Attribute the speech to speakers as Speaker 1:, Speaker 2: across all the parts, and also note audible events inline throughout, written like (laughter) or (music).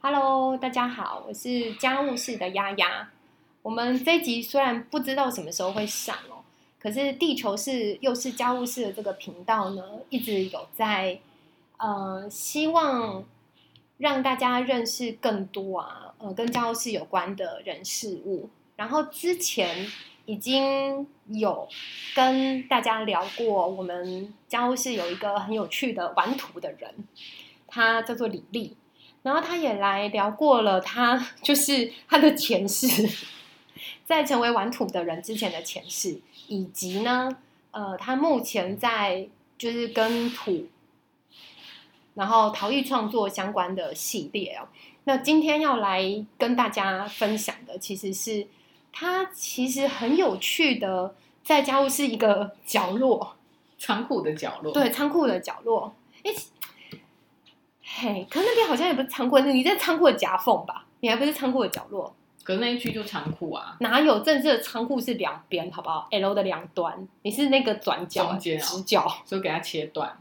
Speaker 1: Hello，大家好，我是家务事的丫丫。我们这一集虽然不知道什么时候会上哦，可是地球是又是家务事的这个频道呢，一直有在呃，希望让大家认识更多啊，呃，跟家务事有关的人事物。然后之前已经有跟大家聊过，我们家务事有一个很有趣的玩图的人，他叫做李丽。然后他也来聊过了他，就是他的前世， (laughs) 在成为玩土的人之前的前世，以及呢，呃，他目前在就是跟土，然后陶艺创作相关的系列哦。那今天要来跟大家分享的，其实是他其实很有趣的，在家务是一个角落，
Speaker 2: 仓库的角落。
Speaker 1: 对，，仓库的角落。哎、嘿，可那边好像也不是仓库，你在仓库的夹缝吧？你还不是仓库的角落？
Speaker 2: 可是那一区就仓库啊，
Speaker 1: 哪有政治的仓库是两边，好不好？L 的两端，你是那个转角、
Speaker 2: 中间啊
Speaker 1: 直角
Speaker 2: 所以给它切断。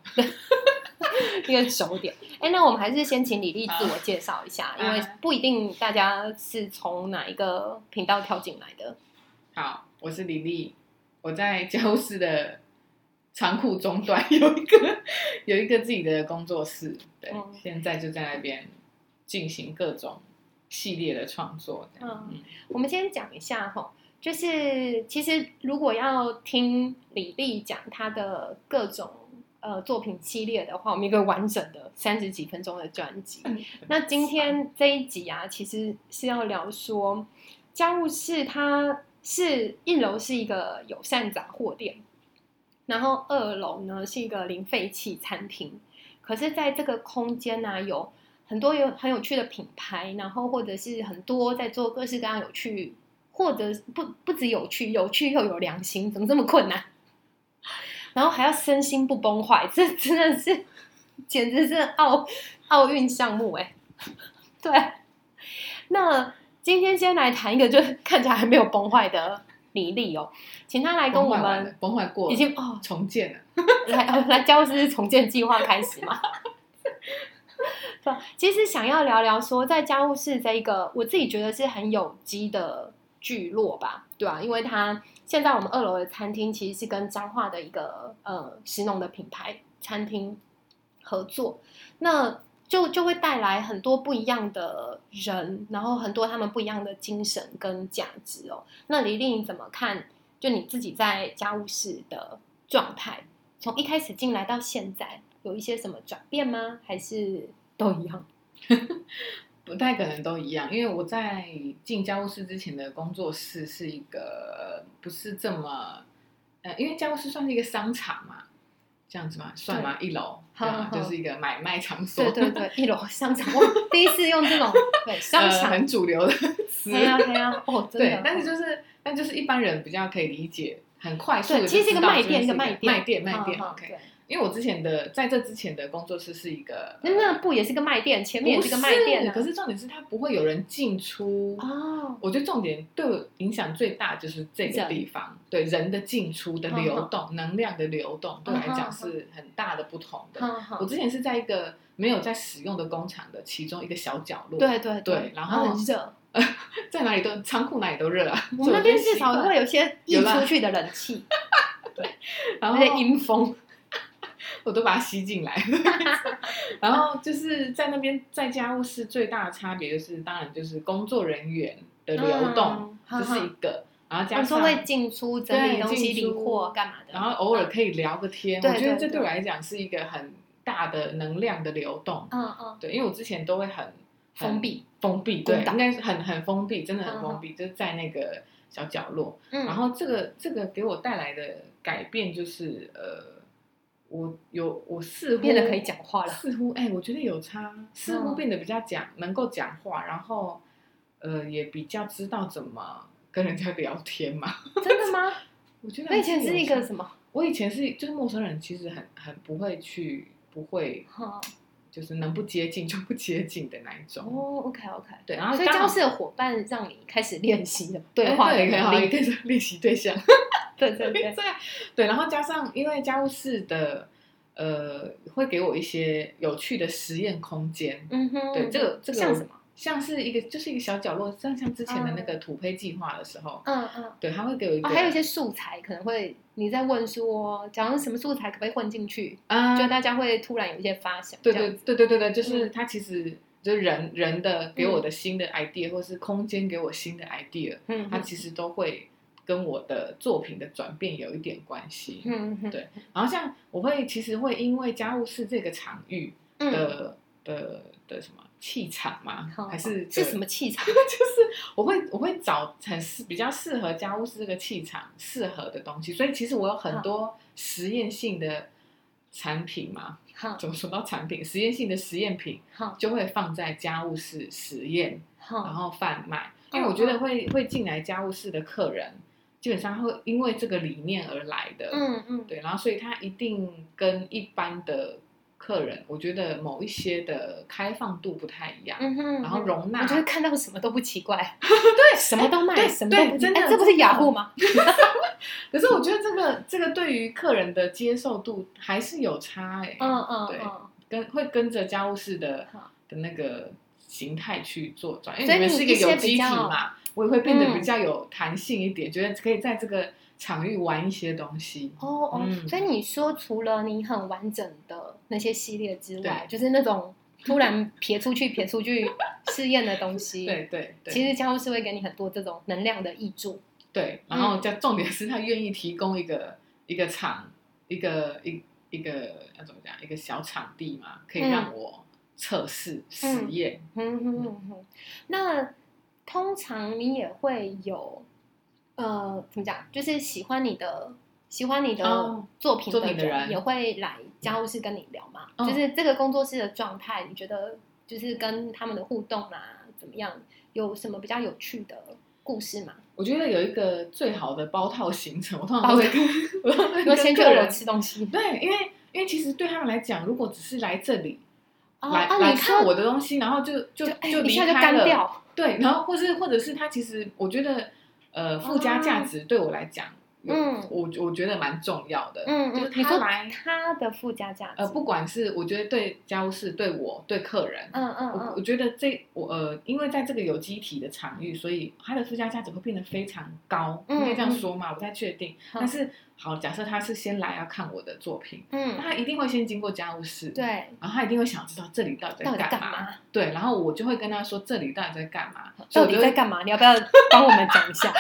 Speaker 1: 那个轴点。哎、那我们还是先请李丽自我介绍一下，
Speaker 2: 啊
Speaker 1: 因为不一定大家是从哪一个频道跳进来的。
Speaker 2: 好，我是李丽，我在教室的仓库中段有一个 (laughs) 有一个自己的工作室，对，
Speaker 1: 嗯
Speaker 2: 现在就在那边进行各种系列的创作。这样
Speaker 1: 嗯，我们先讲一下哈，就是其实如果要听李丽讲她的各种呃作品系列的话，我们一个完整的三十几分钟的专辑。嗯 (laughs) 那今天这一集啊，其实是要聊说家务事，它是一楼是一个友善杂货店，然后二楼呢是一个零废弃餐厅。可是，在这个空间呢、有很多有很有趣的品牌，然后或者是很多在做各式各样有趣，或者不不止有趣，有趣又有良心，怎么这么困难？然后还要身心不崩坏，这真的是，简直是奥奥运项目哎、对，那今天先来谈一个，就是 (laughs) 看起来还没有崩坏的李丽哦，请她来跟
Speaker 2: 崩
Speaker 1: 我
Speaker 2: 坏完了
Speaker 1: 们
Speaker 2: 崩坏过了，
Speaker 1: 已经哦
Speaker 2: 重建了。
Speaker 1: 来呃来教师重建计划开始嘛。对，啊其实想要聊聊说，在家务室这一个，我自己觉得是很有机的聚落吧，对啊，因为它现在我们二楼的餐厅其实是跟彰化的一个呃石农的品牌餐厅合作，那就就会带来很多不一样的人，然后很多他们不一样的精神跟价值哦。那李丽你怎么看？就你自己在家务室的状态，从一开始进来到现在，有一些什么转变吗？还是都一样？
Speaker 2: 不太可能都一样，因为我在进家务室之前的工作室是一个不是这么，呃，因为家务室算是一个商场嘛，这样子嘛，算吗？一楼，
Speaker 1: 好
Speaker 2: 对啊
Speaker 1: 好
Speaker 2: 就是一个买卖场所，
Speaker 1: 对对对，一楼商场，我第一次用这
Speaker 2: (laughs)
Speaker 1: 种对商
Speaker 2: 呃，
Speaker 1: 场，
Speaker 2: 很主
Speaker 1: (laughs)
Speaker 2: 流的词，
Speaker 1: 对呀对呀，哦，真
Speaker 2: 对
Speaker 1: 的，，
Speaker 2: 但是就是，但就是一般人比较可以理解，很快速地
Speaker 1: 对，
Speaker 2: 就
Speaker 1: 其实是一个
Speaker 2: 知道
Speaker 1: 卖
Speaker 2: 这件
Speaker 1: 店，一
Speaker 2: 事
Speaker 1: 个
Speaker 2: 情
Speaker 1: 卖
Speaker 2: 卖店，卖店
Speaker 1: 嗯嗯
Speaker 2: ，OK。
Speaker 1: 对，
Speaker 2: 因为我之前的在这之前的工作室是一个，
Speaker 1: 那那不也是个卖店，前面也
Speaker 2: 不
Speaker 1: 是个卖店啊，
Speaker 2: 可是重点是它不会有人进出
Speaker 1: 哦，
Speaker 2: 我觉得重点对我影响最大就是这个地方，对人的进出
Speaker 1: 嗯
Speaker 2: 的流动、能量的流动，对我来讲是很大的不同的。
Speaker 1: 好好
Speaker 2: 我，之前是在一个没有在使用的工厂的其中一个小角落，
Speaker 1: 对对
Speaker 2: 对然后
Speaker 1: 很热，
Speaker 2: 在哪里都仓库哪里都热啊，
Speaker 1: 我们那边至
Speaker 2: (laughs) 所以
Speaker 1: 少
Speaker 2: 我就习惯
Speaker 1: 会有些溢
Speaker 2: 有啦
Speaker 1: 出去的冷
Speaker 2: (laughs)
Speaker 1: 气，
Speaker 2: 然
Speaker 1: 而且
Speaker 2: 后
Speaker 1: 阴风，
Speaker 2: (laughs) 我都把它吸
Speaker 1: (laughs)
Speaker 2: 进来。然后就是在那边在家务室最大的差别就是，当然就是工作人员的流动，
Speaker 1: 嗯，好
Speaker 2: 这
Speaker 1: 好
Speaker 2: 是一个，然后
Speaker 1: 我
Speaker 2: 加
Speaker 1: 说
Speaker 2: 上
Speaker 1: 会进出整理
Speaker 2: 对
Speaker 1: 东西、
Speaker 2: 进
Speaker 1: 理
Speaker 2: 出
Speaker 1: 货干嘛的，
Speaker 2: 然后偶尔可以聊个天，
Speaker 1: 对
Speaker 2: 我觉得
Speaker 1: 对
Speaker 2: 这
Speaker 1: 对
Speaker 2: 对我来讲是一个很大的能量的流动。
Speaker 1: 嗯嗯，
Speaker 2: 对，因为我之前都会很
Speaker 1: 封，闭，
Speaker 2: 很封闭，对，
Speaker 1: 孤岛
Speaker 2: 应该是很很封闭，真的
Speaker 1: 嗯
Speaker 2: 很
Speaker 1: 嗯
Speaker 2: 封闭，就是在那个小角落。
Speaker 1: 嗯，
Speaker 2: 然后这个这个给我带来的改变就是，呃，我有我似乎
Speaker 1: 变得可以讲话了，嗯
Speaker 2: 似乎哎、我觉得有差，似乎变得比较讲，能够讲话，然后呃也比较知道怎么跟人家聊天嘛。 (laughs)
Speaker 1: 真的吗？
Speaker 2: 我觉得
Speaker 1: 我以前
Speaker 2: 还
Speaker 1: 是
Speaker 2: 有
Speaker 1: 一
Speaker 2: 差
Speaker 1: 个什么？
Speaker 2: 我以前是就是陌生人，其实很很不会去，不会
Speaker 1: 哈
Speaker 2: 就是能不接近就不接近的那一种。
Speaker 1: 哦，OK OK，
Speaker 2: 对，然后
Speaker 1: 所以
Speaker 2: 刚好
Speaker 1: 教室的伙伴让你开始练习的
Speaker 2: 哎
Speaker 1: 对话的
Speaker 2: 对，可以好
Speaker 1: 能
Speaker 2: 一
Speaker 1: 力，
Speaker 2: 个练习对象。
Speaker 1: 对
Speaker 2: (laughs)
Speaker 1: 对对，
Speaker 2: 在对，然后加上因为家务室的呃，会给我一些有趣的实验空间。
Speaker 1: 嗯哼，
Speaker 2: 对，这个这个
Speaker 1: 像什么？
Speaker 2: 像是一个就是一个小角落，像像之前的那个土坯计划的时候，
Speaker 1: 嗯嗯。
Speaker 2: 对，他会给我一个，
Speaker 1: 哦，还有一些素材可能会你在问说，假如什么素材可不可以混进去，
Speaker 2: 啊，
Speaker 1: 就大家会突然有一些发想，
Speaker 2: 对
Speaker 1: 这样嗯
Speaker 2: 对对对对对，就是他其实就是人人的给我的新的 idea，、或是空间给我新的 idea，
Speaker 1: 嗯
Speaker 2: 它其实都会跟我的作品的转变有一点关系。
Speaker 1: 嗯嗯
Speaker 2: 对然后像我会其实会因为家务事这个场域
Speaker 1: 嗯
Speaker 2: 的、的的什么气场吗？
Speaker 1: 好
Speaker 2: 还是
Speaker 1: 是什
Speaker 2: 么？
Speaker 1: 么气场？
Speaker 2: (laughs) 就是我会我会找很适比较适合家务事这个气场适合的东西，所以其实我有
Speaker 1: 嗯
Speaker 2: 很多实验性的产品嘛，
Speaker 1: 好
Speaker 2: 怎么说到产品？实验性的实验品
Speaker 1: 好
Speaker 2: 就会放在家务事实验，然
Speaker 1: 好，
Speaker 2: 后贩卖。
Speaker 1: 嗯
Speaker 2: 因为我觉得会会进来家务事的客人，基本上会因为这个理念而来的。
Speaker 1: 嗯嗯，
Speaker 2: 对，然后所以他一定跟一般的客人，我觉得某一些的开放度不太一样，
Speaker 1: 嗯哼，
Speaker 2: 然后容纳哎
Speaker 1: 我觉得看到什么都不奇怪，
Speaker 2: 对
Speaker 1: 什么都卖，
Speaker 2: 对
Speaker 1: 什么都不
Speaker 2: 对真的
Speaker 1: 哎这不是
Speaker 2: 真的
Speaker 1: 雅虎吗？
Speaker 2: 可是我觉得这个这个对于客人的接受度还是有差哎、
Speaker 1: 嗯嗯
Speaker 2: 对
Speaker 1: 嗯，
Speaker 2: 跟会跟着家务事的
Speaker 1: 好
Speaker 2: 的那个形态去做转，因
Speaker 1: 所
Speaker 2: 为
Speaker 1: 以
Speaker 2: 你们
Speaker 1: 你
Speaker 2: 是
Speaker 1: 一
Speaker 2: 个
Speaker 1: 些
Speaker 2: 有
Speaker 1: 比
Speaker 2: 机体
Speaker 1: 较
Speaker 2: 嘛，我也会变得
Speaker 1: 嗯
Speaker 2: 比较有弹性一点，觉得可以在这个场域玩一些东西。
Speaker 1: 哦哦，
Speaker 2: 嗯
Speaker 1: 所以你说除了你很完整的那些系列之外，就是那种突然撇出去、撇出去试验的东西，
Speaker 2: (laughs) 对对对，
Speaker 1: 其实家务是会给你很多这种能量的益助。
Speaker 2: 对，
Speaker 1: 嗯
Speaker 2: 然后加重点是他愿意提供一个一个场，一个一一个要怎么讲，一个小场地嘛，可以让我测试实验。
Speaker 1: 嗯哼哼哼，那通常你也会有，呃，怎么讲？就是喜欢你的喜欢你的
Speaker 2: 哦
Speaker 1: 作品
Speaker 2: 作
Speaker 1: 的
Speaker 2: 品的人
Speaker 1: 也会来家务室跟你聊嘛。
Speaker 2: 嗯
Speaker 1: 就是这个工作室的状态，你觉得就是跟他们的互动啦，怎么样？有什么比较有趣的故事
Speaker 2: (laughs)
Speaker 1: 吗？
Speaker 2: 我觉得有一个最好的包套行程，我通常都会跟， (laughs) 我通常都会
Speaker 1: 因为
Speaker 2: 跟
Speaker 1: 先叫
Speaker 2: 客
Speaker 1: 我
Speaker 2: 人
Speaker 1: 吃东西，
Speaker 2: 对，因为因为其实对他们来讲，如果只是来这里、
Speaker 1: 哦
Speaker 2: 来、
Speaker 1: 啊，
Speaker 2: 来
Speaker 1: 你看
Speaker 2: 看我的东西，然后就就
Speaker 1: 就哎一
Speaker 2: 离
Speaker 1: 下就
Speaker 2: 开
Speaker 1: 干
Speaker 2: 了，
Speaker 1: 掉，
Speaker 2: 对，然后或是或者是他其实我觉得呃附加价值对我来讲，有
Speaker 1: 哦嗯
Speaker 2: 我我觉得蛮重要的，
Speaker 1: 嗯嗯
Speaker 2: 就是，
Speaker 1: 你
Speaker 2: 他
Speaker 1: 说
Speaker 2: 来
Speaker 1: 它的附加价值，
Speaker 2: 呃不管是我觉得对家务事对我对客人。
Speaker 1: 嗯嗯
Speaker 2: 我我
Speaker 1: 嗯，
Speaker 2: 觉得这我呃，因为在这个有机体的场域，所以它的附加价值会变得非常高，
Speaker 1: 嗯
Speaker 2: 应该
Speaker 1: 嗯
Speaker 2: 这样说嘛？我不太确定。
Speaker 1: 好
Speaker 2: 但是好，假设他是先来要看我的作品，那
Speaker 1: 嗯，
Speaker 2: 他一定会先经过家务事，
Speaker 1: 对，
Speaker 2: 然后他一定会想知道这里到底
Speaker 1: 到
Speaker 2: 在
Speaker 1: 底干
Speaker 2: 干
Speaker 1: 嘛？
Speaker 2: 对，然后我就会跟他说这里到底在干嘛，
Speaker 1: 到
Speaker 2: 所以我
Speaker 1: 底
Speaker 2: 就
Speaker 1: 在
Speaker 2: 会，
Speaker 1: 干嘛？你要不要帮我们讲一
Speaker 2: (laughs)
Speaker 1: 下？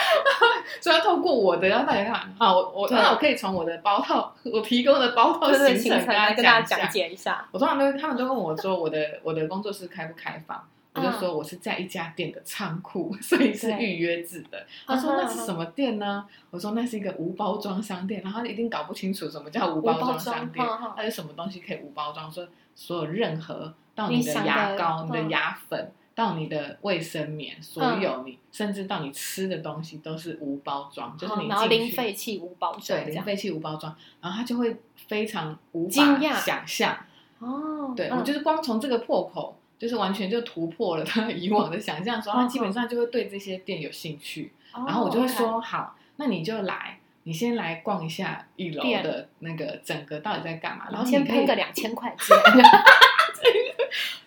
Speaker 2: 所以要透过我的，要到底在干嘛？好，我我
Speaker 1: 对
Speaker 2: 那我可以从我的包套，我提供的包套
Speaker 1: 对
Speaker 2: 行
Speaker 1: 行
Speaker 2: 程
Speaker 1: 程来
Speaker 2: 跟
Speaker 1: 跟大家
Speaker 2: 他
Speaker 1: 讲
Speaker 2: 讲一下。
Speaker 1: 解一下。
Speaker 2: 我通常都他们都问我说我的我的工作室开不开放，我就说我是在一家店的仓库，所以是
Speaker 1: 嗯对
Speaker 2: 预约制的。他
Speaker 1: 嗯
Speaker 2: 说
Speaker 1: 哼
Speaker 2: 那是什么店呢？我说那是一个无包装商店，然后他一定搞不清楚什么叫无
Speaker 1: 无
Speaker 2: 包
Speaker 1: 包
Speaker 2: 装
Speaker 1: 装
Speaker 2: 商店
Speaker 1: 嗯嗯，
Speaker 2: 还有什么东西可以无包装？我说所有任何到
Speaker 1: 你
Speaker 2: 的
Speaker 1: 想
Speaker 2: 牙
Speaker 1: 的
Speaker 2: 膏、你的
Speaker 1: 嗯
Speaker 2: 牙粉。到你的卫生棉，所
Speaker 1: 嗯
Speaker 2: 有你、甚至到你吃的东西都是无包装，就是
Speaker 1: 好
Speaker 2: 你
Speaker 1: 嗯然后
Speaker 2: 进
Speaker 1: 零
Speaker 2: 去
Speaker 1: 废弃无保证
Speaker 2: 对
Speaker 1: 这
Speaker 2: 零
Speaker 1: 样。
Speaker 2: 废弃无包装，然后他就会非常无
Speaker 1: 惊
Speaker 2: 法
Speaker 1: 讶
Speaker 2: 想象，
Speaker 1: 哦，
Speaker 2: 对、
Speaker 1: 嗯
Speaker 2: 我就是光从这个破口，就是完全就突破了他以往的想象，说他基本上就会对这些店有兴趣，
Speaker 1: 嗯哦
Speaker 2: 然后我就会
Speaker 1: OK
Speaker 2: 说好，那你就来，你先来逛一下一楼
Speaker 1: 店
Speaker 2: 的那个整个到底在干嘛，
Speaker 1: 然
Speaker 2: 然
Speaker 1: 后
Speaker 2: 后
Speaker 1: 先
Speaker 2: 你可
Speaker 1: 喷
Speaker 2: 以
Speaker 1: 个两千块之类的。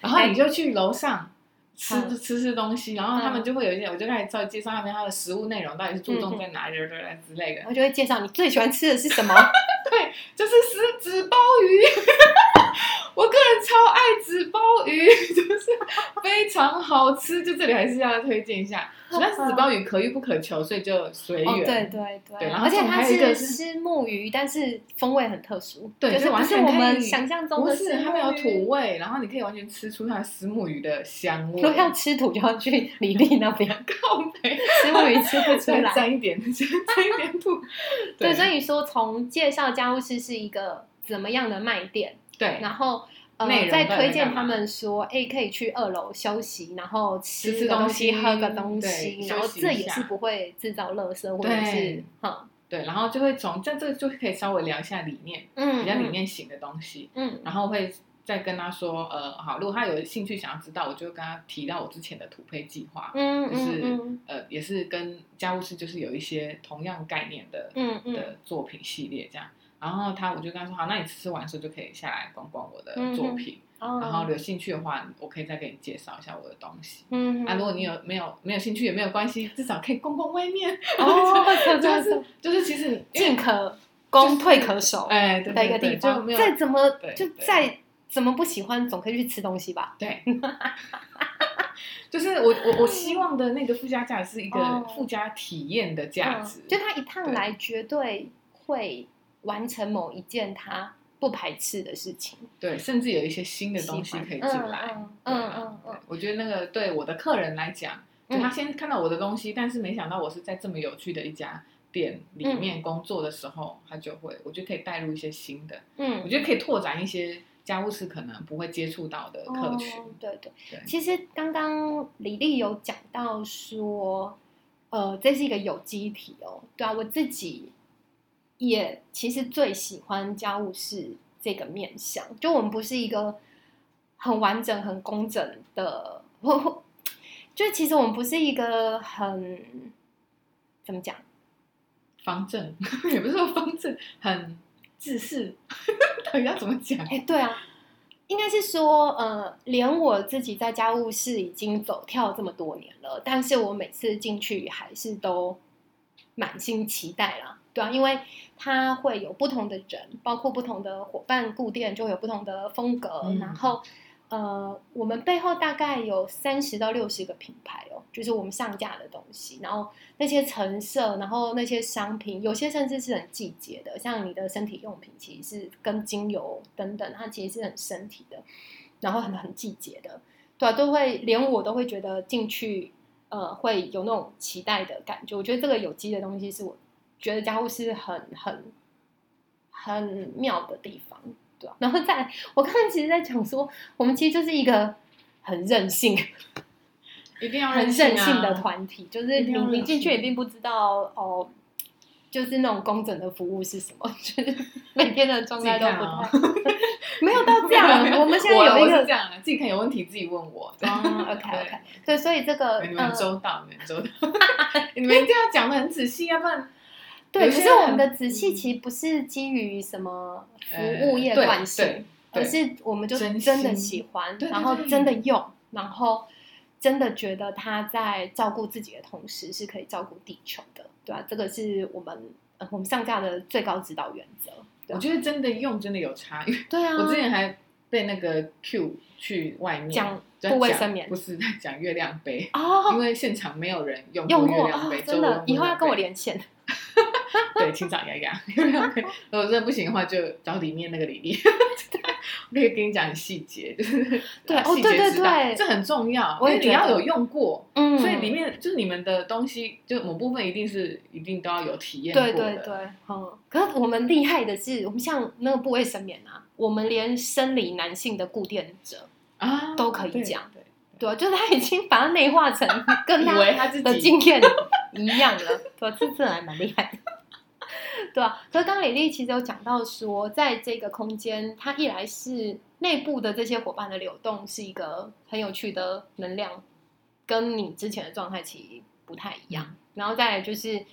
Speaker 2: 然后你就去楼上吃、
Speaker 1: 嗯
Speaker 2: 吃吃东西，然后他
Speaker 1: 嗯
Speaker 2: 们就会有一些，我就开始稍微介绍他们他的食物内容到底是注重在哪里、之类的
Speaker 1: 然，后就会介绍你最喜欢吃的是什么。
Speaker 2: 就是吃纸包鱼，我个人超爱纸包鱼，就是非常好吃，就这里还是要推荐一下。但是纸包鱼可遇不可求，所以就随
Speaker 1: 哦，
Speaker 2: 缘。
Speaker 1: 对对对，
Speaker 2: 对然后
Speaker 1: 而且它
Speaker 2: 还有一个
Speaker 1: 是
Speaker 2: 是
Speaker 1: 虱目鱼，但是风味很特殊，
Speaker 2: 对
Speaker 1: 就是
Speaker 2: 就
Speaker 1: 不
Speaker 2: 完
Speaker 1: 是
Speaker 2: 全
Speaker 1: 我
Speaker 2: 可以
Speaker 1: 们想象中
Speaker 2: 不
Speaker 1: 的
Speaker 2: 是，
Speaker 1: 虱
Speaker 2: 它没有
Speaker 1: 目鱼
Speaker 2: 土。味，然后你可以完全吃出它的石目鱼的香
Speaker 1: (laughs)
Speaker 2: 味。
Speaker 1: 如果要吃土，就要去李丽那边
Speaker 2: 靠背，
Speaker 1: 虱目鱼 (laughs)
Speaker 2: (laughs)
Speaker 1: 吃不出
Speaker 2: 再
Speaker 1: 来。
Speaker 2: 沾一点，沾一点土。
Speaker 1: (laughs) 对，所以说从介绍家务事是一个怎么样的卖点，
Speaker 2: 对
Speaker 1: 然后呃
Speaker 2: 内，容
Speaker 1: 再
Speaker 2: 到底
Speaker 1: 推
Speaker 2: 在
Speaker 1: 荐
Speaker 2: 干
Speaker 1: 他
Speaker 2: 嘛
Speaker 1: 们说，哎，可以去二楼休息，然后吃
Speaker 2: 吃
Speaker 1: 个东西、
Speaker 2: 东西
Speaker 1: 喝个东
Speaker 2: 对
Speaker 1: 西，
Speaker 2: 休
Speaker 1: 然后
Speaker 2: 息
Speaker 1: 这
Speaker 2: 一
Speaker 1: 也是
Speaker 2: 下
Speaker 1: 不会制造垃圾或者是
Speaker 2: 对
Speaker 1: 哈，
Speaker 2: 对，然后就会从在这个就可以稍微聊一下理念，
Speaker 1: 嗯，
Speaker 2: 比较理
Speaker 1: 嗯，
Speaker 2: 念型的东西。
Speaker 1: 嗯，
Speaker 2: 然后会再跟他说，呃，好，如果他有兴趣想要知道，我就跟他提到我之前的土配计划，
Speaker 1: 嗯嗯
Speaker 2: 就是
Speaker 1: 嗯
Speaker 2: 呃，也是跟家务事就是有一些同样概念的、
Speaker 1: 嗯嗯
Speaker 2: 的作品系列这样。然后他我就跟他说，好，那你吃完之后就可以下来逛逛我的
Speaker 1: 嗯哼
Speaker 2: 作品，
Speaker 1: 然
Speaker 2: 然后有兴趣的话，我可以再给你介绍一下我的东西。
Speaker 1: 嗯，
Speaker 2: 啊，如果你有没有没有兴趣也没有关系，至少可以逛逛外面。
Speaker 1: 哦， (laughs) 对对
Speaker 2: 就
Speaker 1: 对
Speaker 2: 是，就是，其实因为
Speaker 1: 进可攻，
Speaker 2: 就是
Speaker 1: 退可守
Speaker 2: 哎，
Speaker 1: 的
Speaker 2: 对对
Speaker 1: 一个
Speaker 2: 对
Speaker 1: 地
Speaker 2: 就
Speaker 1: 方，
Speaker 2: 没有
Speaker 1: 再怎么
Speaker 2: 对
Speaker 1: 就
Speaker 2: 对
Speaker 1: 再怎么不喜欢，总可以去吃东西吧。 (laughs)
Speaker 2: 对，就是我我我希望的那个附加价值是一个
Speaker 1: 哦
Speaker 2: 附加体验的价值
Speaker 1: 嗯，就他一趟
Speaker 2: 对
Speaker 1: 来绝对会完成某一件他不排斥的事情，
Speaker 2: 对，甚至有一些新的东
Speaker 1: 喜
Speaker 2: 西
Speaker 1: 欢
Speaker 2: 可以进来。
Speaker 1: 嗯
Speaker 2: 对
Speaker 1: 嗯嗯
Speaker 2: 啊
Speaker 1: 嗯
Speaker 2: 对我觉得那个对我的客人来讲，就他
Speaker 1: 嗯
Speaker 2: 先看到我的东西，但是没想到我是在这么有趣的一家店里
Speaker 1: 嗯
Speaker 2: 面工作的时候，他就会，我就可以带入一些新的，
Speaker 1: 嗯
Speaker 2: 我，觉得可以拓展一些家务事可能不会接触到的客群。
Speaker 1: 哦对对，
Speaker 2: 对
Speaker 1: 其实刚刚李丽有讲到说，呃，这是一个有机体哦。对啊，我自己也其实最喜欢家务事这个面向，就我们不是一个很完整、很工整的， (laughs) 就其实我们不是一个很怎么讲。
Speaker 2: 方正 (laughs) 也不是说方正，很自私， (laughs) 到底要怎么讲？
Speaker 1: 哎，对啊，应该是说，呃，连我自己在家务事已经走跳这么多年了，但是我每次进去还是都满心期待啦，对啊，因为它会有不同的人，包括不同的伙伴固店，就会有不同的风格，
Speaker 2: 嗯
Speaker 1: 然后。呃，我们背后大概有三十到六十个品牌哦，就是我们上架的东西，然后那些成色，然后那些商品，有些甚至是很季节的，像你的身体用品，其实是跟精油等等，它其实是很身体的，然后很很季节的，对啊，都会连我都会觉得进去，呃，会有那种期待的感觉。我觉得这个有机的东西是我觉得家务是很很很妙的地方，对啊。然后再来我刚刚其实在讲说，我们其实就是一个很任性、
Speaker 2: 一定要
Speaker 1: 很
Speaker 2: 性
Speaker 1: 任性
Speaker 2: 啊 (laughs)
Speaker 1: 的团体，就是
Speaker 2: 一定
Speaker 1: 你
Speaker 2: 要任性
Speaker 1: 你进去也并不知道哦，就是那种工整的服务是什么，就是每天的状态都不太，没有到这
Speaker 2: 没
Speaker 1: 样。我们现在
Speaker 2: 我
Speaker 1: 有一
Speaker 2: 哦我是
Speaker 1: 个
Speaker 2: 这。样的，自己看有问题自己问我。对
Speaker 1: 哦，OK OK，对，所以这个
Speaker 2: 对你们
Speaker 1: 呃
Speaker 2: 很周到，你们很周到， (laughs) 你们一定要讲的很仔细，要不然有
Speaker 1: 对，
Speaker 2: 一
Speaker 1: 其
Speaker 2: 些
Speaker 1: 实我们
Speaker 2: 很
Speaker 1: 的仔细其实不是基于什么服务业
Speaker 2: 呃
Speaker 1: 惯性，
Speaker 2: 对
Speaker 1: 而
Speaker 2: 对对
Speaker 1: 是我们就
Speaker 2: 真
Speaker 1: 真的
Speaker 2: 心
Speaker 1: 喜欢，
Speaker 2: 对对
Speaker 1: 然后
Speaker 2: 对
Speaker 1: 真的用，然后真的觉得他在照顾自己的同时是可以照顾地球的，对啊吧、这个是我们、呃我们上架的最高指导原则。对
Speaker 2: 我觉得真的用真的有差异。
Speaker 1: 对啊，
Speaker 2: 我之前还被那个 Q 去外面
Speaker 1: 讲
Speaker 2: 在
Speaker 1: 不卫
Speaker 2: 讲
Speaker 1: 生棉
Speaker 2: 不是在讲月亮杯，
Speaker 1: 哦
Speaker 2: 因为现场没有人用
Speaker 1: 用
Speaker 2: 月
Speaker 1: 过
Speaker 2: 亮
Speaker 1: 哦
Speaker 2: 杯，，
Speaker 1: 真
Speaker 2: 只有
Speaker 1: 的
Speaker 2: 用，
Speaker 1: 以后要
Speaker 2: 月亮
Speaker 1: 跟我
Speaker 2: 杯
Speaker 1: 联线。 (laughs)
Speaker 2: (laughs) 对，请找丫丫。如果真的不行的话，就找里面那 (laughs) 个李丽。我可以跟你讲很细节，就是
Speaker 1: 对
Speaker 2: 啊
Speaker 1: 哦
Speaker 2: 细节
Speaker 1: 对对
Speaker 2: 指导
Speaker 1: 对
Speaker 2: 这很重要，
Speaker 1: 我也
Speaker 2: 因为
Speaker 1: 觉
Speaker 2: 你
Speaker 1: 得
Speaker 2: 要有用过，
Speaker 1: 嗯，
Speaker 2: 所以里面就是你们的东西，就某部分一定是一定都要有体验过
Speaker 1: 对
Speaker 2: 的。
Speaker 1: 对对，嗯。可是我们厉害的是，我们像那个部位神棉啊，我们连生理男性的固定者，
Speaker 2: 啊，
Speaker 1: 都可以
Speaker 2: 对
Speaker 1: 讲。
Speaker 2: 对
Speaker 1: 对啊、就是他已经把它内化成跟他
Speaker 2: (laughs) 以为他自
Speaker 1: 的
Speaker 2: 己
Speaker 1: 经验一样了， (laughs) 对、啊，这这还蛮厉害的。 (laughs) 对啊，可是刚刚李丽其实有讲到说，在这个空间，它一来是内部的这些伙伴的流动是一个很有趣的能量，跟你之前的状态其实不太一
Speaker 2: 嗯
Speaker 1: 样。然后再来就是，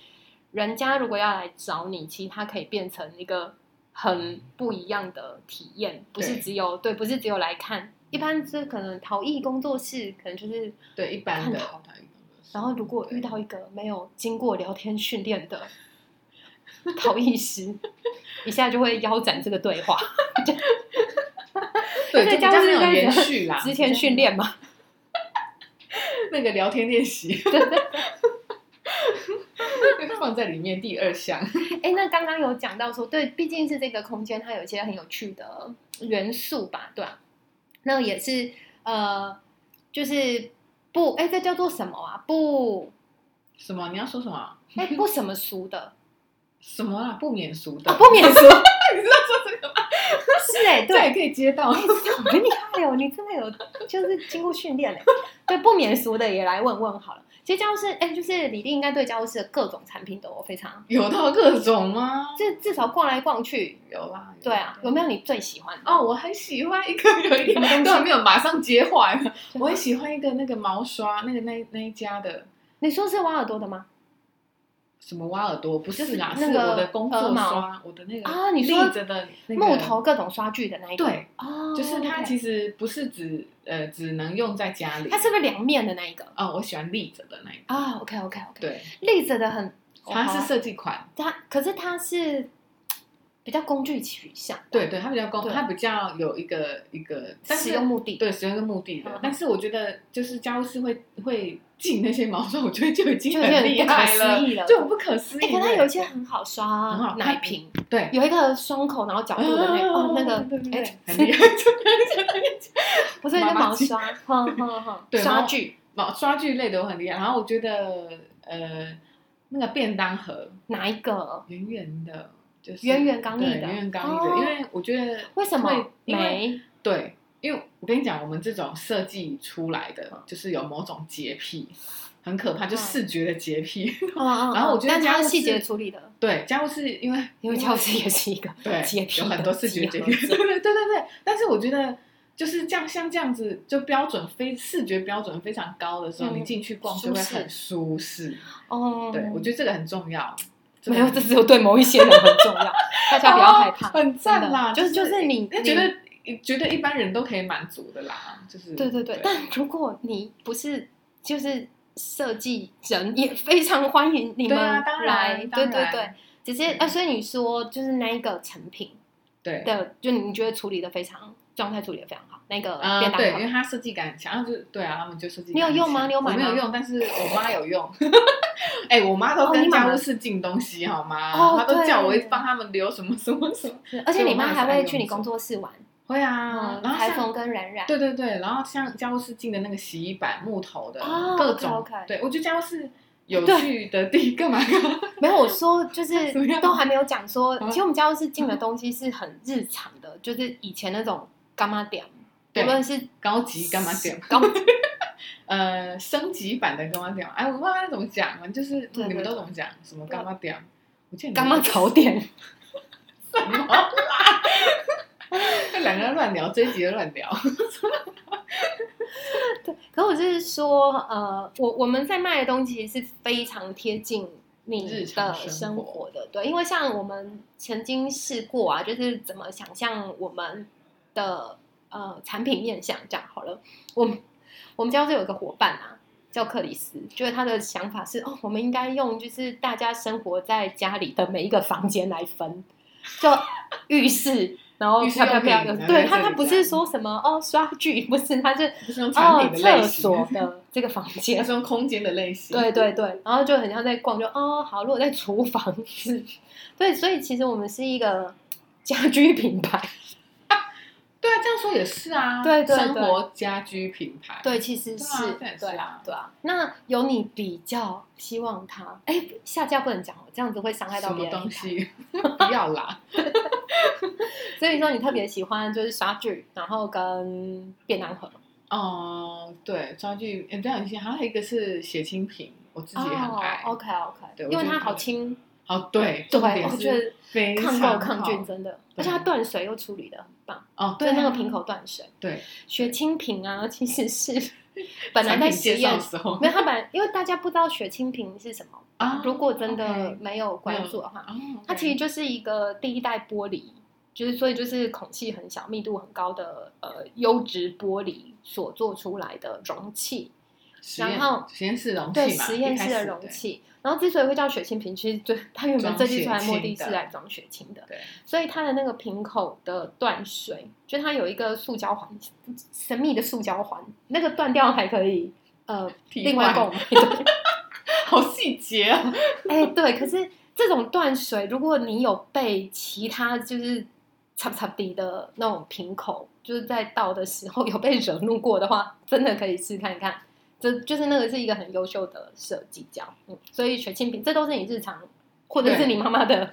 Speaker 1: 人家如果要来找你，其实它可以变成一个很不一样的体验，不是
Speaker 2: 对
Speaker 1: 只有对，不是只有来看。一般是可能陶艺工作室，可能就是
Speaker 2: 对一般的
Speaker 1: 看好。
Speaker 2: 然
Speaker 1: 然后，如果遇到一个没有经过聊天训练 (laughs) 的陶艺师，一下就会腰斩这个对话。在
Speaker 2: 对，就比
Speaker 1: 家
Speaker 2: 较
Speaker 1: 是
Speaker 2: 没有
Speaker 1: 在
Speaker 2: 延
Speaker 1: 讲
Speaker 2: 续啦，
Speaker 1: 之前训练嘛，
Speaker 2: 那个聊天
Speaker 1: (laughs)
Speaker 2: 练习，放在里面第二项。 (laughs)
Speaker 1: (laughs) 哎，那刚刚有讲到说，对，毕竟是这个空间，它有一些很有趣的元素吧，对啊？那也是呃，就是不，哎，这叫做什么啊？不，
Speaker 2: 什么？你要说什么？
Speaker 1: 哎， (laughs) 不什么俗的，
Speaker 2: 什么啊？不免俗的，
Speaker 1: 啊，不免
Speaker 2: (laughs)
Speaker 1: 俗，
Speaker 2: 你知道说这个吗？
Speaker 1: 是哎， (laughs)
Speaker 2: 这也
Speaker 1: 对，
Speaker 2: 可以接
Speaker 1: (laughs)
Speaker 2: 到。 (laughs)
Speaker 1: 好厉害哦！你真的有就是经过训
Speaker 2: (laughs)
Speaker 1: 练嘞。对，不免俗的也来问问好了。其实家务事，哎、就是李丽应该对家务事的各种产品都非常，
Speaker 2: 有到各种吗？
Speaker 1: 至至少逛来逛去，
Speaker 2: 有啦，
Speaker 1: 对啊，有没有你最喜欢的？
Speaker 2: 哦，我很喜欢一个有一
Speaker 1: 什么东
Speaker 2: 点
Speaker 1: 西
Speaker 2: 都还没有马上接话，
Speaker 1: 啊
Speaker 2: 我很喜欢一个那个毛刷，那个那那一家的，
Speaker 1: 你说是挖耳朵的吗？
Speaker 2: 什么挖耳朵，不是啦，
Speaker 1: 就是
Speaker 2: 是
Speaker 1: 那个
Speaker 2: 我的工作
Speaker 1: 鹅毛
Speaker 2: 刷，我的那个
Speaker 1: 啊你说
Speaker 2: 立着的那个
Speaker 1: 木头各种刷具的那一个，
Speaker 2: 对，
Speaker 1: 哦，
Speaker 2: 就是它
Speaker 1: OK
Speaker 2: 其实不是只呃只能用在家里，
Speaker 1: 它是不是凉面的那一个？
Speaker 2: 哦，我喜欢立着的那一个，
Speaker 1: 啊，OK OK OK，
Speaker 2: 对，
Speaker 1: 立着的很，
Speaker 2: 它是
Speaker 1: 哦
Speaker 2: 设计款，
Speaker 1: 它，可是它是比较工具取向，
Speaker 2: 对，对，它比较工，
Speaker 1: 对
Speaker 2: 它比较有一个一个，但
Speaker 1: 使
Speaker 2: 是
Speaker 1: 用目的，
Speaker 2: 对使用一个目的的
Speaker 1: 嗯，
Speaker 2: 但是我觉得就是家务事会会进那些毛刷，我觉得就已经
Speaker 1: 就有点
Speaker 2: 很厉害
Speaker 1: 不可思议了
Speaker 2: 就很不可思议
Speaker 1: 哎，
Speaker 2: 了。
Speaker 1: 可它有一些很好刷啊，
Speaker 2: 很好看
Speaker 1: 奶瓶，
Speaker 2: 对，
Speaker 1: 有一个双口然后角度的那个，哦，那个
Speaker 2: 对对，
Speaker 1: (laughs)
Speaker 2: 对
Speaker 1: 哎，
Speaker 2: 很厉害。
Speaker 1: 不是
Speaker 2: 妈
Speaker 1: 那
Speaker 2: 妈
Speaker 1: 毛
Speaker 2: 机
Speaker 1: 刷，哼哼哼，
Speaker 2: (laughs) 对
Speaker 1: 刷
Speaker 2: 毛
Speaker 1: 具
Speaker 2: 毛刷具类的我很厉害，然后我觉得呃那个便当盒
Speaker 1: 哪一个？
Speaker 2: 圆圆的，就是
Speaker 1: 圆圆刚毅的
Speaker 2: 对圆圆刚毅
Speaker 1: 哦
Speaker 2: 的，因为我觉得
Speaker 1: 为什么
Speaker 2: 会因为 (laughs)
Speaker 1: 没？嗯
Speaker 2: 对，因为我跟你讲，我们这种设计出来的就是有某种洁癖，很可怕，就
Speaker 1: 嗯
Speaker 2: 视觉的洁癖。 (laughs)
Speaker 1: 嗯嗯
Speaker 2: 然后
Speaker 1: 嗯
Speaker 2: 我觉得
Speaker 1: 但
Speaker 2: 家
Speaker 1: 它
Speaker 2: 务
Speaker 1: 是细
Speaker 2: 事
Speaker 1: 节处理的，
Speaker 2: 对，家务事因为
Speaker 1: 因为教师也是一个
Speaker 2: (laughs)
Speaker 1: (laughs)
Speaker 2: 对
Speaker 1: 洁癖
Speaker 2: 有
Speaker 1: 的
Speaker 2: 很多视觉
Speaker 1: 集
Speaker 2: 洁
Speaker 1: 合
Speaker 2: 癖，
Speaker 1: 者
Speaker 2: (laughs) 对对对对。但是我觉得就是这样，像这样子，就标准非视觉标准非常高的时候，
Speaker 1: 嗯
Speaker 2: 你进去逛
Speaker 1: 舒
Speaker 2: 就会
Speaker 1: 适
Speaker 2: 很舒适。
Speaker 1: 哦，
Speaker 2: 对，我觉得这个很重要。
Speaker 1: 没有，这只有对某一些人很重要，大家不要害怕，
Speaker 2: 哦很赞啦！
Speaker 1: 真的就是就是你
Speaker 2: 那
Speaker 1: 你
Speaker 2: 觉得觉得一般人都可以满足的啦，就是
Speaker 1: 对对对
Speaker 2: 对，。
Speaker 1: 但如果你不是就是设计人，也非常欢迎你们
Speaker 2: 对啊当然
Speaker 1: 来，对
Speaker 2: 当
Speaker 1: 对
Speaker 2: 然嗯
Speaker 1: 对，只是啊，所以你说就是那一个成品
Speaker 2: 对
Speaker 1: 的，就你觉得处理的非常状态处理的非常好，那个
Speaker 2: 啊、
Speaker 1: 便当
Speaker 2: 对，
Speaker 1: 盒
Speaker 2: 因为它设计感很强，然后就是对啊，他们就设计感很强。
Speaker 1: 你有用吗你有买吗
Speaker 2: 我没有用，但是我妈有用。 (laughs) 哎、我妈都
Speaker 1: 哦你
Speaker 2: 跟
Speaker 1: 妈妈
Speaker 2: 家务事进东西好吗？
Speaker 1: 哦
Speaker 2: 她都叫我
Speaker 1: 对
Speaker 2: 帮他们留什么什么什么。
Speaker 1: 是而且
Speaker 2: 所以
Speaker 1: 你
Speaker 2: 我妈
Speaker 1: 妈
Speaker 2: 也
Speaker 1: 还
Speaker 2: 是爱
Speaker 1: 会
Speaker 2: 用
Speaker 1: 去你
Speaker 2: 这
Speaker 1: 工作室玩，
Speaker 2: 会啊
Speaker 1: 嗯，
Speaker 2: 然后
Speaker 1: 裁
Speaker 2: 像
Speaker 1: 缝跟
Speaker 2: (laughs)
Speaker 1: 冉冉，
Speaker 2: 对对对，然后像家务事进的那个洗衣板、木头的、
Speaker 1: 哦
Speaker 2: 各种
Speaker 1: OK，OK
Speaker 2: 对我觉得家务
Speaker 1: (laughs)
Speaker 2: 事有趣的地干嘛干嘛。
Speaker 1: 没有，我说
Speaker 2: (laughs)
Speaker 1: 就
Speaker 2: 怎么
Speaker 1: 是
Speaker 2: 样
Speaker 1: 都还没有讲说，
Speaker 2: 嗯
Speaker 1: 其实我们家务事进的东西是很日常的，就是以前那种干妈点，无
Speaker 2: 对
Speaker 1: 论是
Speaker 2: 高级干嘛点？
Speaker 1: 高
Speaker 2: 呃，升级版的干嘛点？哎，我忘了怎么讲了，就是
Speaker 1: 对
Speaker 2: 你们
Speaker 1: 对
Speaker 2: 都
Speaker 1: 对
Speaker 2: 怎么讲？什么干嘛点？我记得你
Speaker 1: 干妈早点，
Speaker 2: 这 (laughs) 两个人乱聊，这一集就乱聊。
Speaker 1: 可我就是说，呃，我我们在卖的东西其实是非常贴近你
Speaker 2: 日
Speaker 1: 的
Speaker 2: 常生
Speaker 1: 生
Speaker 2: 活
Speaker 1: 活的，对，因为像我们曾经试过啊，就是怎么想象我们的呃产品面向这样好了，我们我们家是有一个伙伴啊。叫克里斯，就是他的想法是哦，我们应该用就是大家生活在家里的每一个房间来分，就浴室，然后
Speaker 2: 浴室
Speaker 1: 漂漂
Speaker 2: 用
Speaker 1: 漂，
Speaker 2: 品然后
Speaker 1: 对
Speaker 2: 在
Speaker 1: 他
Speaker 2: 这
Speaker 1: 他
Speaker 2: 里
Speaker 1: 不
Speaker 2: 这
Speaker 1: 是
Speaker 2: 样
Speaker 1: 说什么哦刷具，不是，他是
Speaker 2: 不是用产
Speaker 1: 哦
Speaker 2: 品，的类
Speaker 1: 厕
Speaker 2: 型，
Speaker 1: 所
Speaker 2: (laughs)
Speaker 1: 的这个房
Speaker 2: 它
Speaker 1: 间，
Speaker 2: 是用空间的类型。
Speaker 1: (laughs) 对对对，然后就很像在逛，就哦，好，如果在厨房是， (laughs) 对，所以其实我们是一个家居品牌，
Speaker 2: 对啊，这样说也是啊。
Speaker 1: 对对对
Speaker 2: 生活家居品牌。
Speaker 1: (laughs) 对，其实是
Speaker 2: 对啊这也是
Speaker 1: 对
Speaker 2: 啊
Speaker 1: 对啊。那有你比较希望它，哎，下架不能讲哦，这样子会伤害到
Speaker 2: 什么
Speaker 1: 别人 (laughs)
Speaker 2: 东。西？不要啦。
Speaker 1: 所以说你特别喜欢就是刷剧，然后跟便当盒，
Speaker 2: 哦，对，抓具，哎，这样一些，还有一个是血清瓶，我自
Speaker 1: 哦
Speaker 2: 己也很爱。
Speaker 1: OK OK，
Speaker 2: 对我
Speaker 1: 因为
Speaker 2: 觉得
Speaker 1: 它好清，
Speaker 2: 好，对，
Speaker 1: 对，
Speaker 2: 重点
Speaker 1: 我觉
Speaker 2: 是
Speaker 1: 得
Speaker 2: 非
Speaker 1: 抗
Speaker 2: 常
Speaker 1: 痘抗菌
Speaker 2: 好
Speaker 1: 真的，
Speaker 2: 对
Speaker 1: 而且它断水又处理的很棒。
Speaker 2: 哦，
Speaker 1: 对
Speaker 2: 对，
Speaker 1: 那个瓶，口断水，
Speaker 2: 对，
Speaker 1: 血清瓶啊，其实
Speaker 2: (laughs)
Speaker 1: 是本来
Speaker 2: 产
Speaker 1: 在
Speaker 2: 品
Speaker 1: 实
Speaker 2: 介绍
Speaker 1: 验
Speaker 2: 的，时候
Speaker 1: 没有他本来因为大家不知道血清瓶是什么，
Speaker 2: 啊
Speaker 1: (laughs) 如果
Speaker 2: (laughs)
Speaker 1: 真的
Speaker 2: OK
Speaker 1: 没有关注的话，
Speaker 2: 哦，
Speaker 1: 它其实
Speaker 2: 实
Speaker 1: 就是一个第一代玻璃，就是所以就是孔隙很小、密度很高的呃优质玻璃所做出来的容器，然后
Speaker 2: 实验室容器嘛，
Speaker 1: 对实验室的容
Speaker 2: 一开始，
Speaker 1: 器。然后之所以会叫血清瓶，其实最它原本设计出来的目的是
Speaker 2: 装血清的
Speaker 1: 来装血清的，
Speaker 2: 对对，
Speaker 1: 所以它的那个瓶口的断水，就它有一个塑胶环，神秘的塑胶环，那个断掉还可以
Speaker 2: (laughs)
Speaker 1: 呃
Speaker 2: 替
Speaker 1: 另外
Speaker 2: 换
Speaker 1: 购买。对
Speaker 2: 好细节啊，
Speaker 1: (laughs) 哎、对，可是这种断水，如果你有被其他就是插插底的那种瓶口，就是在倒的时候有被惹怒过的话，真的可以试看看。这就是那个是一个很优秀的设计胶，嗯，所以血清瓶这都是你日常或者是
Speaker 2: 对
Speaker 1: 你妈妈
Speaker 2: (laughs)
Speaker 1: 的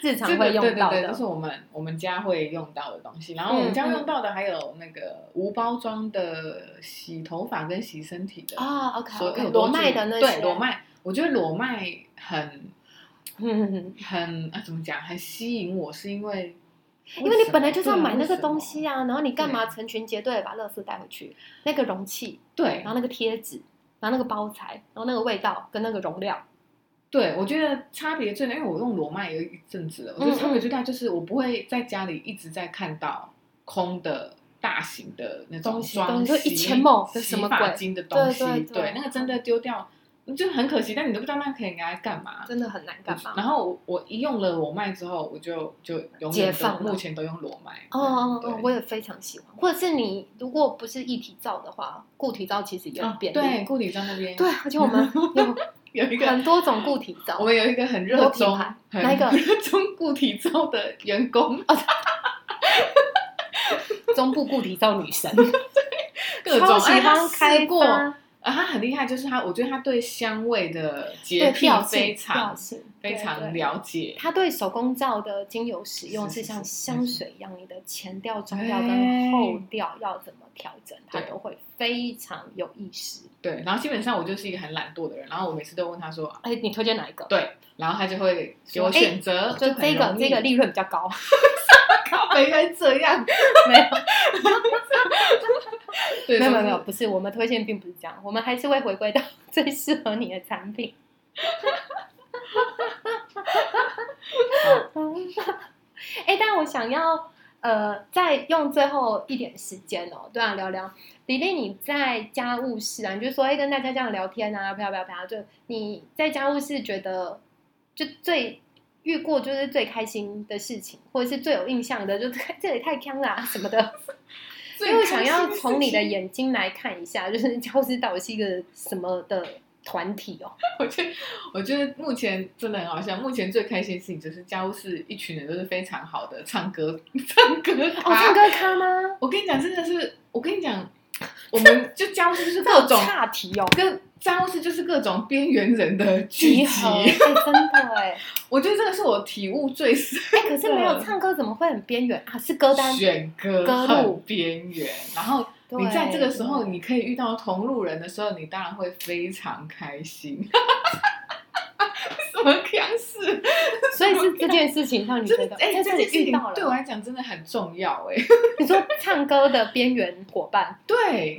Speaker 1: 日常
Speaker 2: 这个
Speaker 1: 会用到
Speaker 2: 对对
Speaker 1: 的嗯
Speaker 2: 对，这是我们我们家会用到的东西。然后我们家用到的还有那个无包装的洗头发跟洗身体的，
Speaker 1: 啊、o k
Speaker 2: 所有
Speaker 1: OK，
Speaker 2: 都
Speaker 1: 裸
Speaker 2: 是
Speaker 1: 麦的那些，
Speaker 2: 对裸，麦，我觉得裸麦很 (laughs)
Speaker 1: 嗯，
Speaker 2: 很啊怎么讲，很吸引我，是因为
Speaker 1: 因为你本来就是要买那个东
Speaker 2: 啊。
Speaker 1: 西啊，然后你干嘛成群结队地把乐圾带回去？那个容器，
Speaker 2: 对
Speaker 1: 然后那个贴纸，然后那个包材，然后那个味道跟那个容量，
Speaker 2: 对，我觉得差别最大，因为我用罗麦有一阵子了，我觉得
Speaker 1: 嗯
Speaker 2: 差别最大就是我不会在家里一直在看到空的大型的那种
Speaker 1: 东西
Speaker 2: 装
Speaker 1: 东西
Speaker 2: 洗
Speaker 1: 就一千亩
Speaker 2: 洗
Speaker 1: 什么
Speaker 2: 发
Speaker 1: 鬼
Speaker 2: 精的东西，
Speaker 1: 对对对嗯
Speaker 2: 那个真的丢掉就很可惜，但你都不知道那可以拿来干嘛。
Speaker 1: 真的很难干嘛？
Speaker 2: 然后我我一用了罗麦之后，我就就永
Speaker 1: 解
Speaker 2: 远
Speaker 1: 放
Speaker 2: 都
Speaker 1: 了
Speaker 2: 目前都用罗麦。
Speaker 1: 哦哦
Speaker 2: 对
Speaker 1: 哦，我也非常喜欢。或者是你如果不是一体皂的话，固体皂其实也
Speaker 2: 啊
Speaker 1: 很便利。
Speaker 2: 对，顾里章那边
Speaker 1: 对，而且我们有
Speaker 2: (laughs) 有一个
Speaker 1: 很多种固体皂
Speaker 2: 我。们有一个很热
Speaker 1: 多
Speaker 2: 衷
Speaker 1: 品牌、
Speaker 2: 很
Speaker 1: 哪一个
Speaker 2: 热衷固体照的员工，
Speaker 1: 中部固体皂女 (laughs) 神，
Speaker 2: 各种
Speaker 1: 超喜
Speaker 2: 哎他
Speaker 1: 欢
Speaker 2: 试
Speaker 1: 开
Speaker 2: 过。
Speaker 1: 发
Speaker 2: 啊，他很厉害，就是他，我觉得他对香味的洁
Speaker 1: 对
Speaker 2: 癖
Speaker 1: 调性
Speaker 2: 非常
Speaker 1: 调性
Speaker 2: 非
Speaker 1: 对
Speaker 2: 常
Speaker 1: 对
Speaker 2: 了解。
Speaker 1: 它对手工皂的精油使用
Speaker 2: 是
Speaker 1: 是
Speaker 2: 是
Speaker 1: 像
Speaker 2: 是
Speaker 1: 香水一样，你的前调、中调
Speaker 2: 哎
Speaker 1: 跟后调要怎么调整，它
Speaker 2: 对
Speaker 1: 都会非常有意识。
Speaker 2: 对，然后基本上我就是一个很懒惰的人，然后我每次都问他说，
Speaker 1: 哎，你推荐哪一个？，
Speaker 2: 对，然后他就会给我
Speaker 1: 说哎
Speaker 2: 选择，
Speaker 1: 就
Speaker 2: 很
Speaker 1: 这个，
Speaker 2: 容易
Speaker 1: 这个利润比较高。 (laughs)
Speaker 2: (laughs) 靠北原来这样，
Speaker 1: 没有，
Speaker 2: 对，
Speaker 1: 没有，没有，
Speaker 2: 就是
Speaker 1: 没有，不是，我们推荐并不是这样，我们还是会回归到 (laughs) 最适合你的产品。哎、但我想要呃，再用最后一点时间哦，对啊，聊聊李丽，你在家务事啊，你就说哎、跟大家这样聊天啊，啪啪啪，就你在家务事觉得就最。遇过就是最开心的事情，或者是最有印象的，就 (laughs) 这也太坑啦、什么的。所以我想要从你的，眼睛来看一下，就是教师到底是一个什么的团体哦？
Speaker 2: 我觉得我觉得目前真的很好笑，目前最开心的事情就是家务事一群人都是非常好的唱歌 (laughs) 唱歌
Speaker 1: 哦，
Speaker 2: 咖
Speaker 1: 唱歌咖吗？
Speaker 2: 我跟你讲，真的是，我跟你讲，我们就家务事就是
Speaker 1: 这
Speaker 2: (laughs) 各
Speaker 1: 种
Speaker 2: 种
Speaker 1: 差题哦，
Speaker 2: 各家务事就是各种边缘人的聚
Speaker 1: 集
Speaker 2: 集。
Speaker 1: 合，哎、真的
Speaker 2: (laughs)
Speaker 1: 哎，
Speaker 2: 我觉得这个是我体悟最深。
Speaker 1: 哎、可是没有唱歌怎么会很边缘啊？是歌单，
Speaker 2: 选歌
Speaker 1: 歌路
Speaker 2: 很边缘，然后
Speaker 1: 对
Speaker 2: 你在这个时候，
Speaker 1: 对
Speaker 2: 你可以遇到同路人的时候，你当然会非常开心。 (laughs) 什么样事？
Speaker 1: 所以是这件事情让你觉
Speaker 2: 真 (laughs)
Speaker 1: 得
Speaker 2: 的哎，
Speaker 1: 在
Speaker 2: 这
Speaker 1: 这
Speaker 2: 件事
Speaker 1: 里遇
Speaker 2: 情
Speaker 1: 到
Speaker 2: 对我
Speaker 1: 了。
Speaker 2: 来讲真的很重要哎。
Speaker 1: 你说唱歌的边缘伙
Speaker 2: (laughs)
Speaker 1: 伴，
Speaker 2: 对，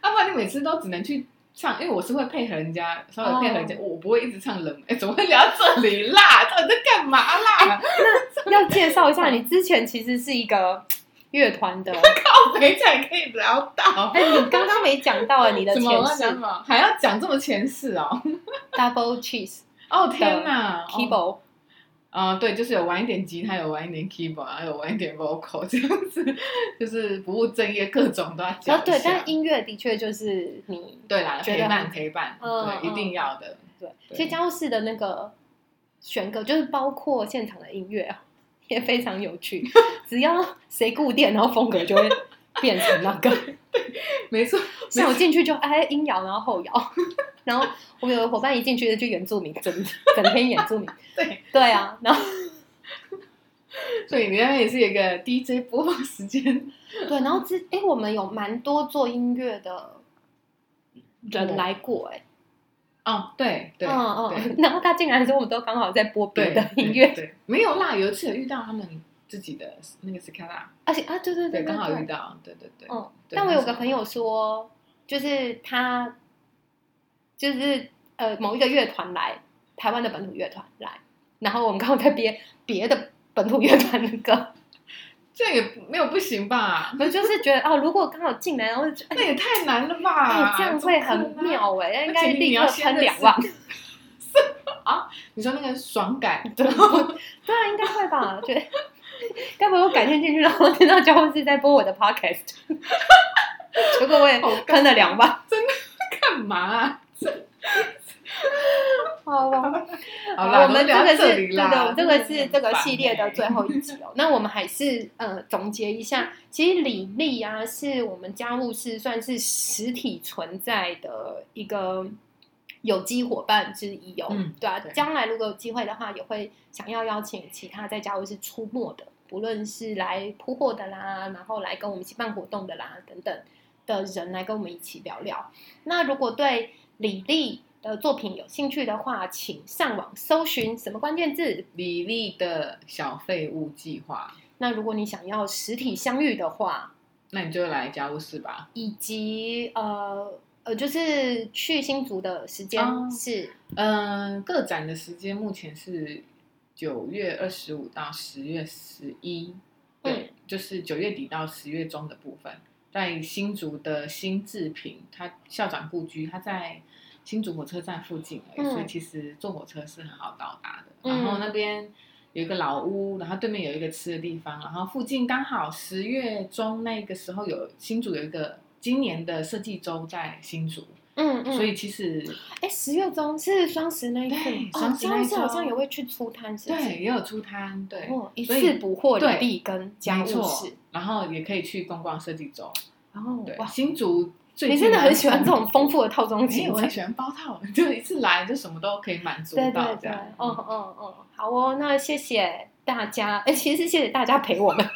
Speaker 2: 啊要、不然你每次都只能去唱，因为我是会配合人家，稍微配合人家，
Speaker 1: 哦
Speaker 2: 我不会一直唱冷门。哎，怎么会聊到这里啦？到底在干嘛啦？
Speaker 1: 要介绍一
Speaker 2: (laughs)
Speaker 1: 下，你之前其实是一个乐团的， (laughs)
Speaker 2: 靠北才可以聊到。
Speaker 1: 哎，你刚刚没讲到啊，你的
Speaker 2: (laughs) 怎
Speaker 1: 前
Speaker 2: 么我要讲什
Speaker 1: 世
Speaker 2: 么？还要讲这么前世哦？
Speaker 1: Double Cheese
Speaker 2: (laughs) 哦天
Speaker 1: 呃
Speaker 2: 哪
Speaker 1: Keyboard。
Speaker 2: 啊、对，就是有玩一点吉他，有玩一点 keyboard，还有玩一点 vocal，这 (laughs) 样子，就是不务正业，各种都要讲
Speaker 1: 啊，
Speaker 2: 一下。
Speaker 1: 对，但音乐的确就是你
Speaker 2: 对啦，
Speaker 1: 觉得
Speaker 2: 陪伴
Speaker 1: 很
Speaker 2: 陪伴，
Speaker 1: 嗯
Speaker 2: 对，一
Speaker 1: 嗯
Speaker 2: 定要的。
Speaker 1: 对，
Speaker 2: 对
Speaker 1: 其实家务事的那个选歌，就是包括现场的音乐啊也非常有趣。 (laughs) 只要谁固定，然后风格就会变成那
Speaker 2: (laughs)
Speaker 1: 个。
Speaker 2: 没错， (laughs)
Speaker 1: 像我进去就哎音摇，然后后摇， (laughs) 然后我们有个伙伴一进去就原住民，整整天原住民。
Speaker 2: 对
Speaker 1: 对啊，然后
Speaker 2: 所以你那边也是有一个 DJ 播放时间
Speaker 1: 对，然后之哎我们有蛮多做音乐的人来过哎、
Speaker 2: 哦，对对，
Speaker 1: 嗯
Speaker 2: 对
Speaker 1: 嗯，然后他进来的时候，我们都刚好在播别 (laughs)
Speaker 2: 对
Speaker 1: 的音乐
Speaker 2: 对，对，没有啦，有一次有遇到他们自己的那个 s c a l a
Speaker 1: 而且啊，对对
Speaker 2: 对，
Speaker 1: 对，
Speaker 2: 刚好
Speaker 1: 对
Speaker 2: 遇到，对对对，
Speaker 1: 嗯，
Speaker 2: 对
Speaker 1: 但我
Speaker 2: 那
Speaker 1: 有
Speaker 2: 时
Speaker 1: 个
Speaker 2: 候
Speaker 1: 朋友说，就是他，就是呃某一个乐团来，台湾的本土乐团来，然后我们刚好在别别的本土乐团的歌，
Speaker 2: 这样也不没有不行吧？
Speaker 1: 我就是觉得哦，如果刚好进来，然后就哎
Speaker 2: 那也太难了吧？
Speaker 1: 哎这样
Speaker 2: 怎么
Speaker 1: 会
Speaker 2: 可
Speaker 1: 很
Speaker 2: 能啊。
Speaker 1: 妙哎、
Speaker 2: 而
Speaker 1: 应
Speaker 2: 且
Speaker 1: 该
Speaker 2: 你
Speaker 1: 立
Speaker 2: 要
Speaker 1: 刻
Speaker 2: 先
Speaker 1: 喷
Speaker 2: 认
Speaker 1: 两
Speaker 2: 识啊
Speaker 1: 万，
Speaker 2: (laughs) 你说那个爽感，
Speaker 1: 对啊，应该会吧？觉得该不会我改天进去，然后听到交互是在播我的 podcast，结果我也
Speaker 2: 好尴
Speaker 1: 喷了两万，
Speaker 2: 干嘛啊？
Speaker 1: 好吧。
Speaker 2: 好啦，
Speaker 1: 我们
Speaker 2: 都聊
Speaker 1: 个
Speaker 2: 到这
Speaker 1: 是
Speaker 2: 里
Speaker 1: 对
Speaker 2: 啦，
Speaker 1: 的，我这个是
Speaker 2: 真
Speaker 1: 这
Speaker 2: 的很
Speaker 1: 个
Speaker 2: 烦
Speaker 1: 系列的
Speaker 2: 欸
Speaker 1: 最后一集哦。那我们还是呃总结一下，其实李丽啊，是我们家务事算是实体存在的一个有机伙伴之一哦。
Speaker 2: 嗯
Speaker 1: 对啊，
Speaker 2: 对
Speaker 1: 将来如果有机会的话，也会想要邀请其他在家务事出没的，不论是来铺货的啦，然后来跟我们一起办活动的啦等等的人来跟我们一起聊聊。那如果对李丽的作品有兴趣的话，请上网搜寻什么关键字。
Speaker 2: 李丽的小废物计划，
Speaker 1: 那如果你想要实体相遇的话，
Speaker 2: 那你就来家务事吧。
Speaker 1: 以及呃。呃，就是去新竹的时间
Speaker 2: 哦
Speaker 1: 是
Speaker 2: 嗯，个展的时间目前是九月二十五到十月十一，
Speaker 1: 嗯
Speaker 2: 对，就是九月底到十月中的部分，在新竹的新制品，它校长故居，它在新竹火车站附近而已，
Speaker 1: 嗯
Speaker 2: 所以其实坐火车是很好到达的。
Speaker 1: 嗯
Speaker 2: 然后那边有一个老屋，然后对面有一个吃的地方，然后附近刚好十月中那个时候有新竹有一个今年的设计周在新竹，
Speaker 1: 嗯嗯，
Speaker 2: 所以其实。
Speaker 1: 哎，十月中是双十那一次
Speaker 2: 对
Speaker 1: 吗，哦
Speaker 2: 双，十
Speaker 1: 双
Speaker 2: 那一
Speaker 1: 十
Speaker 2: 周
Speaker 1: 好像也会去出摊，是不是？
Speaker 2: 对，也有出摊，对，
Speaker 1: 哦，一
Speaker 2: 所以
Speaker 1: 次捕获
Speaker 2: 对
Speaker 1: 李丽跟家
Speaker 2: 没
Speaker 1: 务
Speaker 2: 错
Speaker 1: 事，。
Speaker 2: 然后也可以去逛逛设计周，
Speaker 1: 然后
Speaker 2: 对，
Speaker 1: 哇，
Speaker 2: 新竹最
Speaker 1: 你
Speaker 2: 近
Speaker 1: 真的
Speaker 2: 蛮
Speaker 1: 很喜欢这种丰富的套
Speaker 2: 没
Speaker 1: 装
Speaker 2: 有，
Speaker 1: 行
Speaker 2: 我
Speaker 1: 程 (laughs)
Speaker 2: 很。喜欢包套，就一次来就什么都可以满足
Speaker 1: 对对
Speaker 2: 到这
Speaker 1: 对
Speaker 2: 样，。哦
Speaker 1: 嗯嗯嗯，好哦，那谢谢大家，哎，其实谢谢大家陪
Speaker 2: (laughs)
Speaker 1: 我们，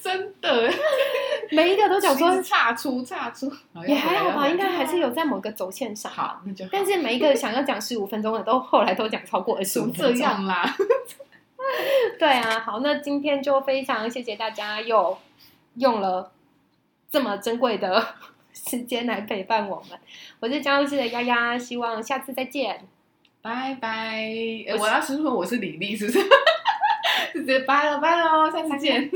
Speaker 2: 真的，
Speaker 1: 每一个都讲说
Speaker 2: 一直岔出岔出，好
Speaker 1: 也还好吧，应该还是。
Speaker 2: 要回来要回来
Speaker 1: 有在某个轴线上。
Speaker 2: 啊好，那就好
Speaker 1: 但是每一个想要讲十五分钟的，都后来都讲超过二十
Speaker 2: 怎
Speaker 1: 五
Speaker 2: 么
Speaker 1: 分
Speaker 2: 这
Speaker 1: 钟。
Speaker 2: 样啦？
Speaker 1: 对啊，好，那今天就非常谢谢大家又用了这么珍贵的时间来陪伴我们。我是江老师的丫丫，希望下次再见。
Speaker 2: 拜拜！呃
Speaker 1: 我是
Speaker 2: 我要是说我是 (laughs) 李丽，是不是？就直接拜了拜喽，下次见。